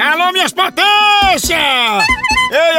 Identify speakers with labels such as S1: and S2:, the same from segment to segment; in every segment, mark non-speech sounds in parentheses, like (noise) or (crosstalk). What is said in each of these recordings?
S1: Atenção, minhas potências! Ei,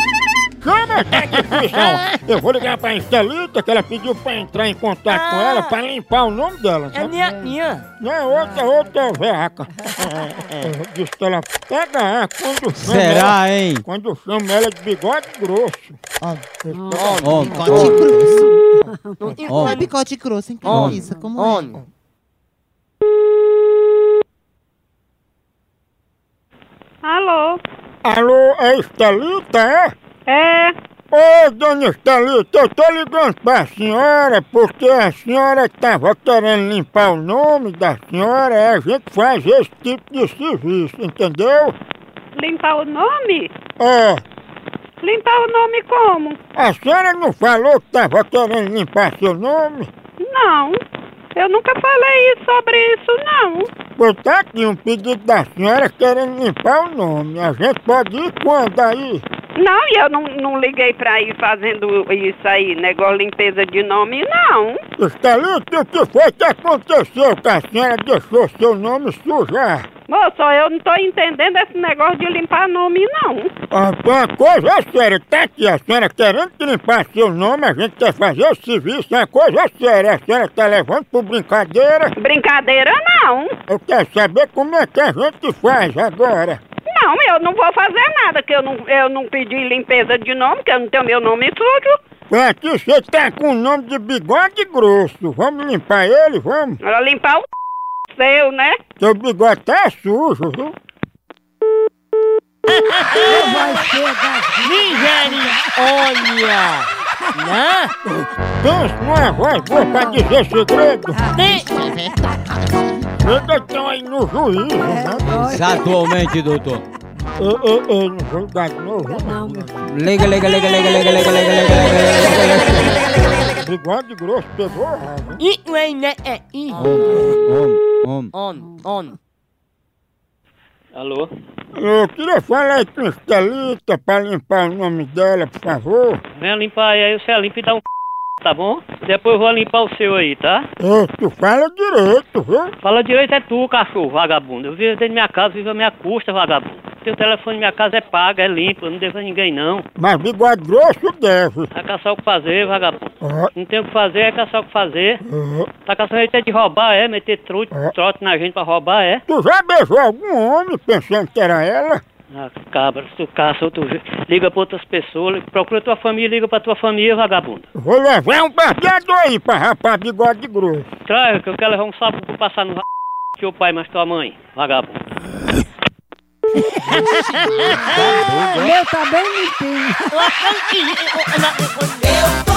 S1: Chama, tá aqui, função. Eu vou ligar pra Estelita, que ela pediu pra entrar em contato com ela, pra limpar o nome dela.
S2: Ah. É
S1: sabe?
S2: minha tia.
S1: Não é outra, outra verraca. É, é, (laughs) diz que ela pega ela quando chama ela-
S3: Será, hein?
S1: Quando chama ela é de bigode grosso.
S3: Ó,
S4: Bicote grosso.
S2: Não tem
S3: Ó.
S4: Não é bicote grosso, hein? Que
S2: Ó.
S4: isso? Como é?
S2: Homem.
S5: Alô?
S1: Alô, é Estelita, é?
S5: É,
S1: Ô, dona Estelita, eu tô ligando pra senhora porque a senhora tava querendo limpar o nome da senhora e a gente faz esse tipo de serviço, entendeu?
S5: limpar o nome?
S1: É,
S5: Limpar o nome como?
S1: a senhora não falou que tava querendo limpar seu nome?
S5: Não, eu nunca falei isso sobre isso, não.
S1: Pois tá aqui um pedido da senhora querendo limpar o nome. A gente pode ir quando aí?
S5: Não, e eu não, não liguei pra ir fazendo isso aí, negócio de limpeza de nome, não.
S1: Estelita, o que foi que aconteceu que a senhora deixou seu nome sujar?
S5: Moço, eu não tô entendendo esse negócio de limpar nome, não.
S1: Ah, pô, uma coisa séria, tá aqui a senhora querendo limpar seu nome, a gente quer fazer o serviço, é uma coisa séria, a senhora tá levando por brincadeira.
S5: Brincadeira, não.
S1: Eu quero saber como é que a gente faz agora.
S5: Não, eu não vou fazer nada, que eu não, eu não pedi limpeza de nome, que eu não tenho meu nome sujo.
S1: Pô, Aqui você tá com o nome de bigode grosso, vamos limpar ele, vamos?
S5: Era limpar o seu, né?
S1: Seu bigode tá sujo, viu?
S2: Olha! Né?
S1: Pense numa voz boa pra dizer segredo.
S2: é
S1: Ainda estão aí no juízo, né?
S3: Exatamente, doutor.
S1: Eu, eu, eu não vou dar de novo, né?
S6: É. Não, meu filho.
S3: Liga, liga, liga, liga, liga, liga, liga, liga, liga, liga, liga.
S1: Bigode grosso pegou raiva.
S2: E não é, né? É i.
S3: Homem, homem,
S2: On, on.
S7: Alô?
S1: Eu queria falar aí com Estelita pra limpar o nome dela, por favor.
S7: Vem limpar aí, aí você limpa e dá um (laughs) tá bom? Depois eu vou limpar o seu aí, tá?
S1: Ô, tu fala direito, viu?
S7: Fala direito é tu, cachorro, vagabundo. Eu vivo dentro da minha casa, vivo a minha custa, vagabundo. Teu telefone da minha casa é pago, é limpo, eu não devo a ninguém não.
S1: Mas bigode grosso deve.
S7: Tá caçar o que fazer, vagabundo.
S1: Ó,
S7: Não tem o que fazer, é caçar o que fazer.
S1: ó.
S7: Tá caçando até de roubar, é? Meter trote, trote na gente pra roubar, é?
S1: Tu já beijou algum homem pensando que era ela?
S7: Ah, cabra, se tu caça, ou tu liga pra outras pessoas, procura tua família, liga pra tua família, vagabundo.
S1: Vou levar um bateador aí pra rapar bigode grosso.
S7: Claro que eu quero levar um sapo pra passar no ra- teu pai, mas tua mãe, vagabundo.
S6: Meu tá bem limpinho!
S2: Eu acredito.
S8: Eu tô